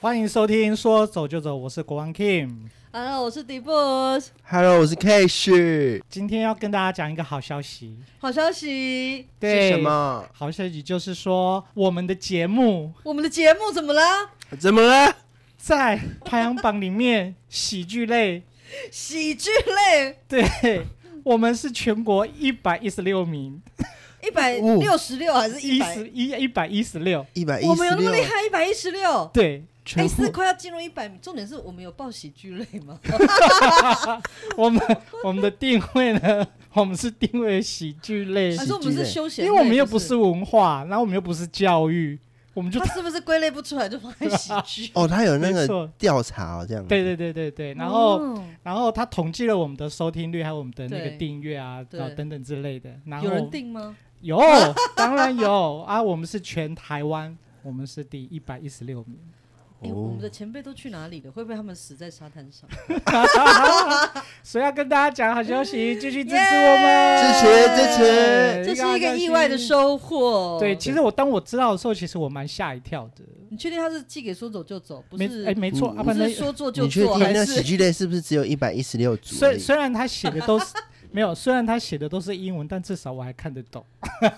欢迎收听《说走就走》，我是国王 Kim。 Hello，我是啊迪布斯。 Hello，我是 Cash。今天要跟大家讲一个好消息，好消息，是什？么？好消息就是说，我们的节目我们的节目怎么了？怎么了？在排行榜里面，喜剧类，喜剧类 对我们是全国一百一十六名，一百六十六还是一一百？十一一百一十六，一百一我们有十那么六？厉，害？一百一十六。对，全哎，部、是快要进入一百，重点是我们有报喜剧类 吗？我们我们的定位呢， 我们是定位喜剧类，啊还是我们是休闲因类？为我们又不是啊是，文化，然后我们又不是教育，我们就他是不是归类不出来就放在喜剧哦，他有那没个错调查哦，这样子。对对对对对， 然后。哦然后他统计了我们的收听率，还有我们的那个对订阅啊，对然后等等之类的。然后有人订吗？有 当然有啊，我们是全台湾，我们是第一百一十六名。哎，哦我们的前辈都去哪里了？会不会他们死在沙滩上？所以要跟大家讲好消息，继续支持我们，支持支持这是一个意外的。收获。哎对，其实我当我知道的时候，其实我蛮吓一跳的。你确定他是寄给说走就走，不没是？哎，没错，嗯啊，不不然是那说做就你确做，定还那是喜剧类是不是只有一百一十六组而虽已？虽然他写的都是 没有，虽然他写的都是英文，但至少我还看得懂，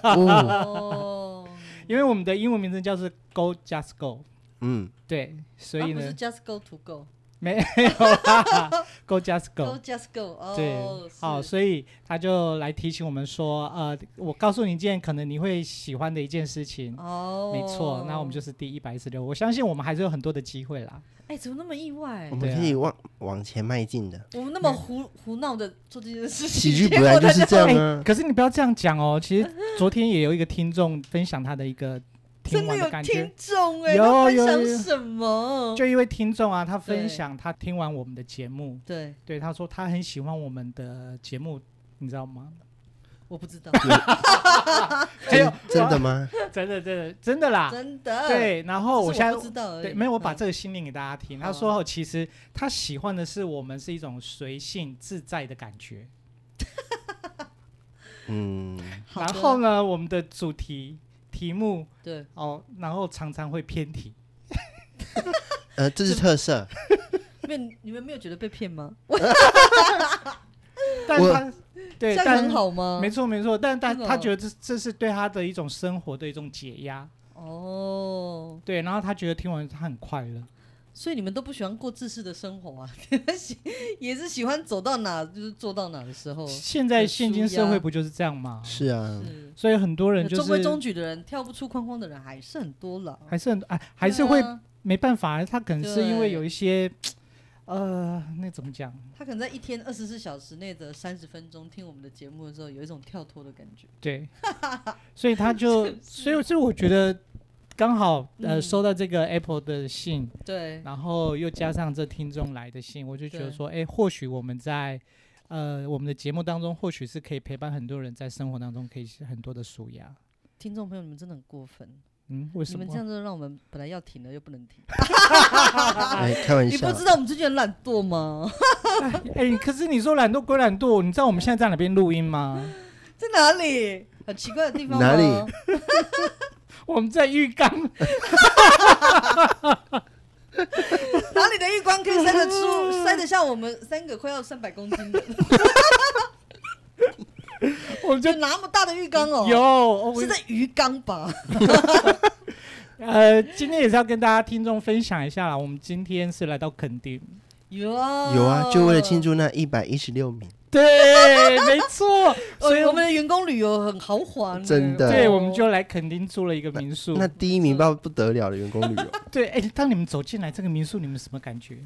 啊哦哦，因为我们的英文名称叫是 Go Just Go。 嗯，对，所啊以不呢是，just go to go，go 没有啦 ，Go Just Go。 just go，对哦，，好，是所以他就来提醒我们说，呃，我告诉你一件可能你会喜欢的一件事情，哦，没错，那我们就是第一百一十六，我相信我们还是有很多的机会啦。哎，啊怎么那么意外我？们可以往往前迈进的。我们那么胡胡闹的做这件事情，喜剧结本来果就大是家这样哎啊。可是你不要这样讲哦，其实昨天也有一个听众分享他的一个听真的完有感觉听。众哎，有他分有有享什么？就一位听众啊，他分对享他听完我们的节目，对，对他说他很喜欢我们的节目，你知道 吗？我不知道，哎还有真真的吗？真的真的真的啦，真的，啊对。然后只是现在不知道而已，对，没有，我把嗯这个心令给大家听。他好说哦，其实他喜欢的是我们是一种随性自在的感觉。嗯，好然的后呢，我们的主题题目对，哦，然后常常会偏题。呃，这是特色。没有，你们没有觉得被骗吗？但我他这对，样但很好啊吗？没错没错，但但真的他哦觉得这这是对他的一种生活的一种解压。哦，对，然后他觉得听完他很快乐。所以你们都不喜欢过自私的生活啊， 喜也是喜欢走到哪就是做到哪的时候，是现在很现舒今社压会不就是这样吗？是啊，所以很多人就中规中是矩的人，跳不出框框的人还是很多了，还是很哎，还是会对啊没办法，他可能是因为对有一些呃，那怎么讲？他可能在一天二十四小时内的三十分钟听我们的节目的时候，有一种跳脱的感觉。 对，所以他就，所以所以我觉得刚好呃、嗯收到这个 Apple 的信，对，然后又加上这听众来的信，我就觉得对说，哎，或许我们在呃我们的节目当中，或许是可以陪伴很多人在生活当中可以是很多的舒压。听众朋友，你们真的很过分，嗯，为你什么们这？样就让我们本来要停的又不能停，哎，开玩你不笑。知道我们最近很懒惰吗？ 哎，可是你说懒惰归懒惰，你知道我们现在在哪边录音吗？ 在哪里？很奇怪的地方吗哪里？我们在浴缸， 哪里的浴缸可以塞得出、塞得下我们三个快要三百公斤的？我们就就那么大的浴缸哦，有，我是在鱼缸吧？呃，今天也是要跟大家听众分享一下啦。我们今天是来到垦丁，有啊有啊，就为了庆。祝那一百一十六名。 对，没错，所所以哦以我们的员工旅游很豪华呢，真的对，我们就来垦丁住了一个民嗯宿那。第一名吧不得了的员工旅 游，对，哎，当你们走进来这个民宿，你们什么感觉？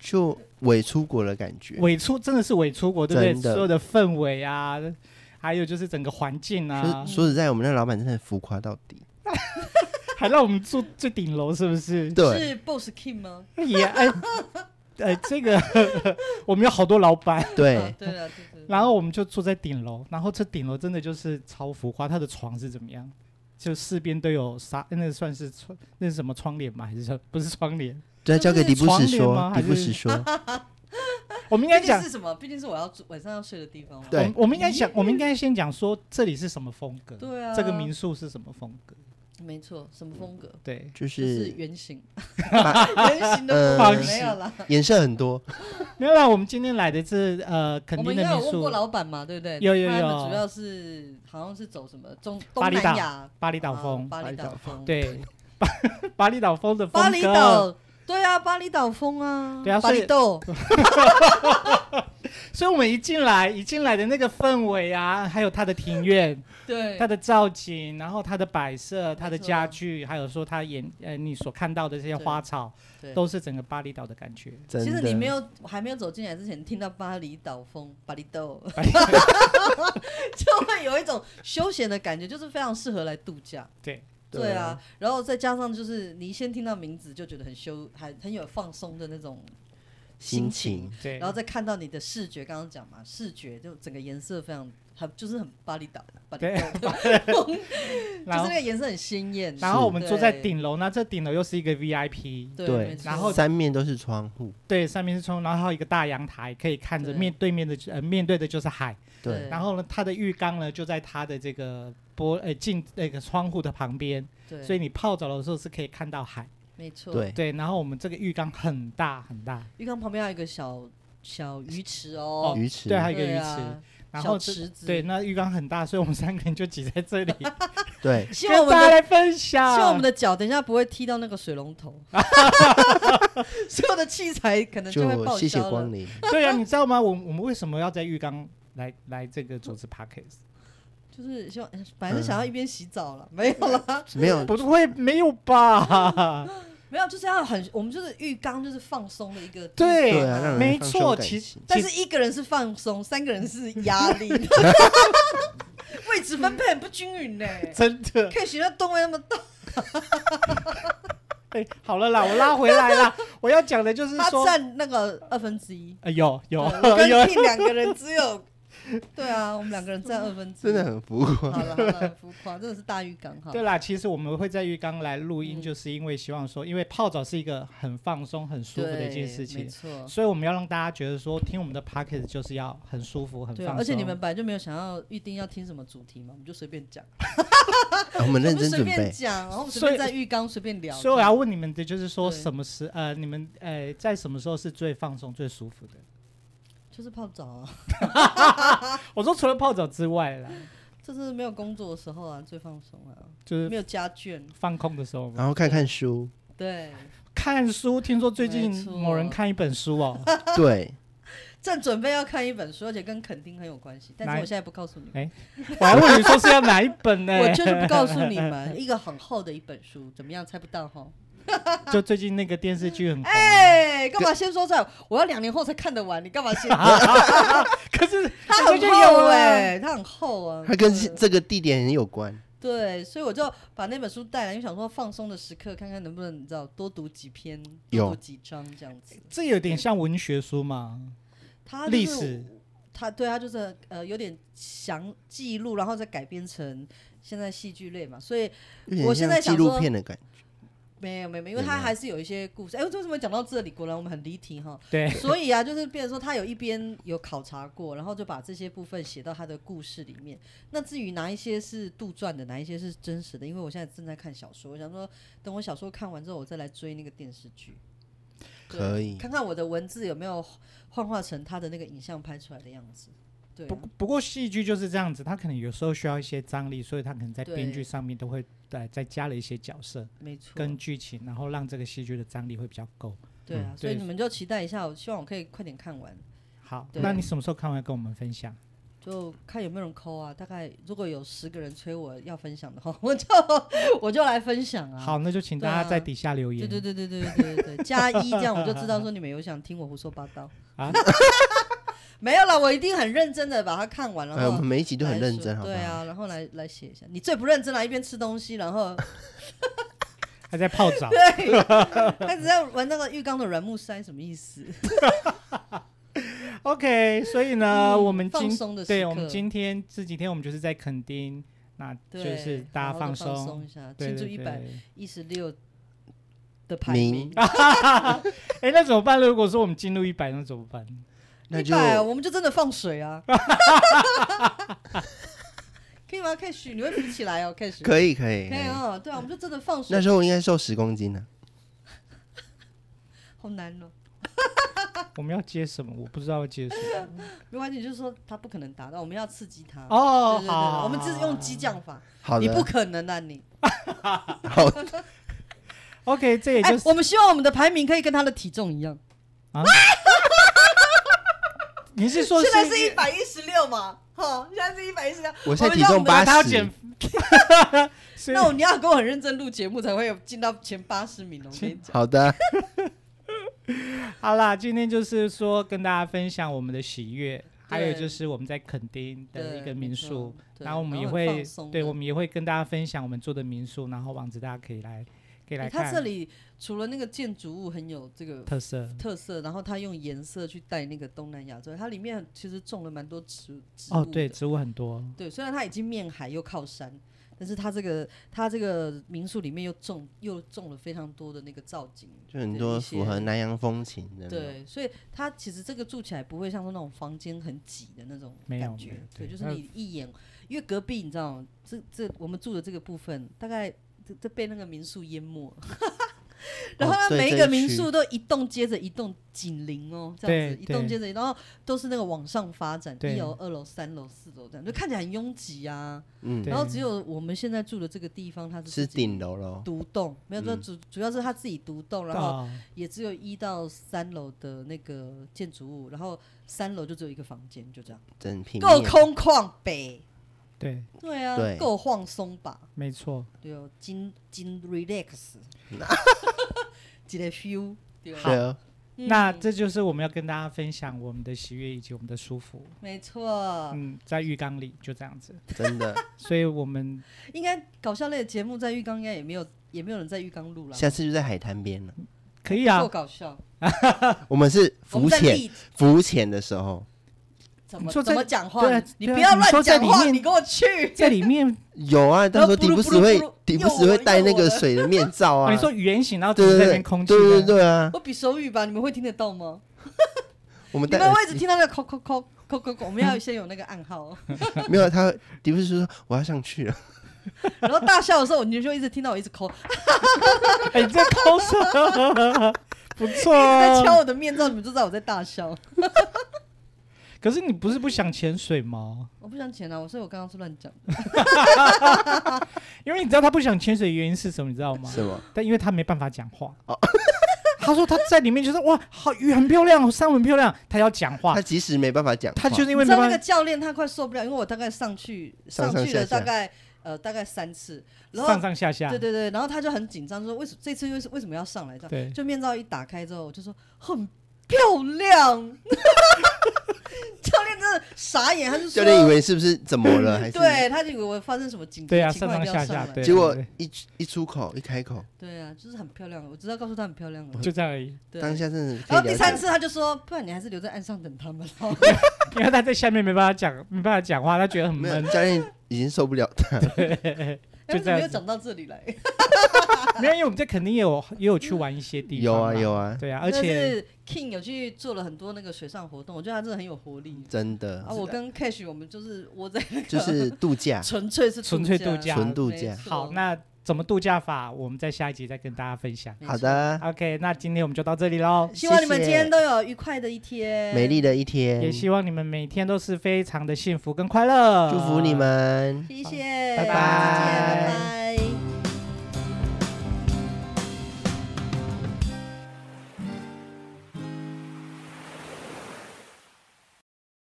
就伪出国的感觉，伪出真的是伪出国，对不对？真的所有的氛围啊，还有就是整个环境啊说，说实在，我们那老板真的浮夸到底。还让我们住最顶楼，是不是？对，是 Boss King 吗？也哎， 呃，这个 我们有好多老板，啊对，对了，对对。然后我们就住在顶楼，然后这顶楼真的就是超浮夸，它的床是怎么样？就四边都有纱，那个算是窗，那是什么窗帘吗？还是说不是窗帘？再交给迪布床什帘说吗，迪还布是 什说，我们应该毕竟讲是，什么？毕竟是我要住晚上要睡的地方嘛。我对们，我们应该讲，我们应该先讲说这里是什么风格，嗯对啊这个民宿是什么风格？没错，什么风格？对，就就是是圆形， 把圆形的风格呃没有啦。 颜色很多，没有啦，我们今天来的是呃肯我定们的应该有民问宿过，老板嘛，对不对？有有他们有主要是好像是走什么中巴东厘南岛亚巴厘岛啊风，巴厘巴厘岛岛风，对， 巴巴厘岛风的风巴厘格岛，对啊，巴厘岛风啊，对啊巴所以厘 豆，所以我们一进来，一进来的那个氛围啊，还有它的庭院、对它，的造景，然后它的摆设、它的错家具，还有说它眼呃你所看到的这些对花草，对都是整个巴厘岛的感觉。真其的。实你没有还没有走进来之前，听到巴厘岛风、巴厘豆，就会有一种休闲的感觉，就是非常适合来度假。对对啊，然后再加上就是你先听到名字就觉得很休，还很有放松的那种心情，情，对，然后再看到你的视觉，刚刚讲嘛，视觉就整个颜色非常很就是很巴厘岛，巴厘对岛的风，就是 然后那个颜色很鲜艳。然后我们坐在对顶楼，那这顶楼又是一个 VIP，对，对没错然后三面都是窗户，对，上面是窗户，然后还有一个大阳台，可以看着对面对面的呃面对的就是海。对对，然后呢，它的浴缸呢就在它的这个玻呃镜那个窗户的旁边，对，所以你泡澡的时候是可以看到海。没错，对对，然后我们这个浴缸很大很大，浴缸旁边还有一个小小鱼池哦，鱼池，对，还有一个对鱼啊池，然小后这池子，对，，那浴缸很大，所以我们三个人就挤在 这里，对，希望我跟们大家的来分享。希望我们的脚等一下不会踢到那个水 龙头，所有的器材可能会报就谢谢销了 光。临，对啊呀、你知道吗？我我们为什么要在浴缸来来这个组织 p a c k a s 就是希望，哎反正想要一边洗澡嗯了，没有啦，没有不会没有 吧？没有，就是要很，我们就是浴缸就是放松的一个地方啊，对对啊，让人没放错松感其情但是一个人是放松，三个人是压 力，位置分配很不均匀呢、 真的。可以学到动位那么大，哎、好了啦，我拉回来 啦。我要讲的就是他说，占那个二分 之一。呃、有有对我有跟 T 两个人只有，对啊，我们两个人占二分之一，真的很 浮 夸，好了好了，很浮夸，真的是大浴缸哈。对啊啦，其实我们会在浴缸来录音，嗯就是因为希望说，因为泡澡是一个很放松、很舒服的一件事对情，没错。所以我们要让大家觉得说，听我们的 p o c k e t 就是要很舒服、很对放啊松。，而且你们本来就没有想要预定要听什么主题嘛，我们就随便讲，我们认真我们随准便备，讲，然后我们随所以便在浴缸随便聊。所以我要问你们的就是说，对什么时呃，你们呃，在什么时候是最放松、最舒服的？就是泡澡啊，我说除了泡澡之外啦，就是没有工作的时候啊，最放松啊，就是没有家眷，放空的时候嘛。然后看 看书，对，看书，听说最近没错某人看一本书哦，对，正准备要看一本书，而且跟垦丁很有关系，但哪是一我现在不告 诉你。我还问你说是要哪一本呢？ 我就是不告诉你 们，一个很厚的一本书，怎么样？猜不到哈？嗯就最近那个电视剧很红，哎，干嘛先说这？我要两年后才看得完，你干嘛先？可是它我很就有厚啊哎、它很厚啊。它跟对这个地点很有关，对，所以我就把那本书带来，就想说放松的时刻，看看能不能你知道多读几篇，多有读几章这样子。这有点像文学书嘛，它啊就是历史他对他就是呃有点详记录，然后再改编成现在戏剧类嘛，所以有我点现在像想纪录说片的感觉，没有没有，没有因为对他没有还是有一些故事。哎，为什么讲到这里？果然我们很离题哈。对，所以啊，就是变成说他有一边有考察过，然后就把这些部分写到他的故事里面。那至于哪一些是杜撰的，哪一些是真实的，因为我现在正在看小说，我想说等我小说看完之后，我再来追那个电视剧。对可以看看我的文字有没有幻化成他的那个影像拍出来的样子。对啊、不不过戏剧就是这样子，它可能有时候需要一些张力，所以它可能在对编剧上面都会呃再加了一些角色没错。跟嗯剧情，然后让这个戏剧的张力会比较够。对啊，嗯所以对你们就期待一下，我希望我可以快点看完，好，对那你什么时候看完跟我们分享？就看有没有人抠啊。大概如果有十个人催我要分享的话，我就我就来分享啊。好，那就请大家在底下留言。对啊对对对对对对对，加一这样我就知道说你们有想听我胡说八道啊。 没有啦，我一定很认真的把它看完，然哎，我后们每一集都很来认说真，好不对好？啊，然后来来写一下。你最不认真啦，一边吃东西，然后 还在泡澡，他只在玩那个浴缸的软木塞，什么意思？ OK，所以呢，嗯呃我们放今松的时对我们刻今天这几天我们就是在垦丁，那对，就是大家好好地放放松，一下，对庆祝对一百对。一十六的排名名。 哎，那怎么办？如果说我们进入一百，那怎么 办？那一就 啊百，我们就真的放水啊，可以吗？ ，Cash，你会浮起来哦，Cash。可以可以可，以哦，对啊，我们就真的放水那，时候我应该瘦十公斤呢、好难哦。我们要接什么？我不知道要接什么。没关系，你就说他不可能达到，我们要刺激他。对哦，对对好，我们只是用激将法，好你不的，可能啊你。好 OK，这也哎就，是我们希望我们的排名可以跟他的体重一样，你是说现在是一百一十六嘛，哈，现在是一百一十六。我现在体我重们让八他要减十，，所以那我你要跟我很认真录节目，才会有进到前八十名哦。我跟你讲，好的，好啦，今天就是说跟大家分享我们的喜悦，还有就是我们在垦丁的对一个民宿，，没错然后我们也很会放松，对的我们也会跟大家分享我们做的民宿，然后网址大家可以来可以欸来它看。这里除了那个建筑物很有这个特色，特色，然后它用颜色去带那个东南亚之外，它里面其实种了蛮多植植物哦，对，的植物很多，嗯对，虽然它已经面海又靠山，但是它这个它这个民宿里面又种又种了非常多的那个造景，就很多符合南洋风情的那种。对，所以它其实这个住起来不会像说那种房间很挤的那种没有感没有觉，对对，就是那你一眼，因为隔壁你知道吗，这这我们住的这个部分大概这这被那个民宿淹 没，然后哦呢，对每一这个一民区宿都一栋接着一栋紧邻哦，这样子对一栋对接着一栋，然后都是那个往上发展，对一楼、二楼、三楼、四楼这样，就看起来很拥挤啊。嗯，对然后只有我们现在住的这个地方，它是自是己顶楼喽。独栋，没有，嗯主主要是他自己独栋，然后哦，也只有一到三楼的那个建筑物，然后三楼就只有一个房间，就这样，整平够面空旷呗。对，对啊对，够放松吧，没错，对哦，金金 relax，一个 feel，对哦对哦，嗯那这就是我们要跟大家分享我们的喜悦以及我们的舒服。没错，嗯，在浴缸里就这样子，真的，所以我们应该搞笑类的节目在浴缸应该也没有，也没有人在浴缸录了，下次就在海滩边了。可以够 啊，搞笑。我们是我们浮在潜，地浮潜的时候怎你么说怎在么讲话对啊？你对啊不要你说乱在讲里话，面你给我去。在里面有啊，到时候然后迪布布斯鲁布鲁会布鲁，迪布又斯会我戴又那我个了水的面罩哦啊。你说圆形，然后只对是在那对对边空气对对呢对啊，我比手语吧，你们会听得到吗？我们你戴们会一直听到那个扣扣扣扣扣扣，我们要先有那个暗号哦。 没有他，迪布斯说我要上去了， 然后大笑的时候，你们就一直听到我一 直抠，哎，你这抠色， 不错在敲 哦。我的面罩，你们就知道我在大笑。可是你不是不想潜水吗？我不想钱啊，我所以我刚刚是乱讲的。因为你知道他不想潜水的原因是什么，你知道吗？什么？但因为他没办法讲话。 他说他在里面就是哇，好鱼很漂亮，珊瑚很漂亮，他要讲话他，即使没办法讲话，他就是因你为知没道那办个法。教练他快受不了，因为我大概上去上上上去了下下大概呃大概三次，然上后上下下对，对对，然后他就很紧张说为什这次为什为什么要上来这样？对，就面罩一打开之后，我就说很漂亮。 教练真的傻眼，他就说教练以为是不是怎么嗯了，还是对，他就以为我发生什么紧急对啊，情上况上一定要下上下，来对，结果对一一出口一开口，对啊，就是很漂亮，我知道告诉她很漂亮了对。就这样而已。对，当下真的可以然后了解。第三次他就说，不然你还是留在岸上等他们。哎然后 因为他在下面没办法讲，没办法讲话，他觉得很没有闷。 教练已经受不了他了，哎，为什么这又样子讲到这里来？ 没有，因为我们这肯定也有也有去玩一些地方。有啊有。啊，对啊，而但且是 King 有去做了很多那个水上活动，我觉得他真的很有活力。真的啊，我跟 Cash 我们就是窝在那个就是度假，纯粹是纯粹度假纯度没假错好，那怎么度假法，我们在下一集再跟大家分享。 没好错的， OK，那今天我们就到这里喽。希望你们谢今谢天都有愉快的一天，美丽的一天也，希望你们每天都是非常的幸福跟快乐，祝福你。们。谢谢，拜拜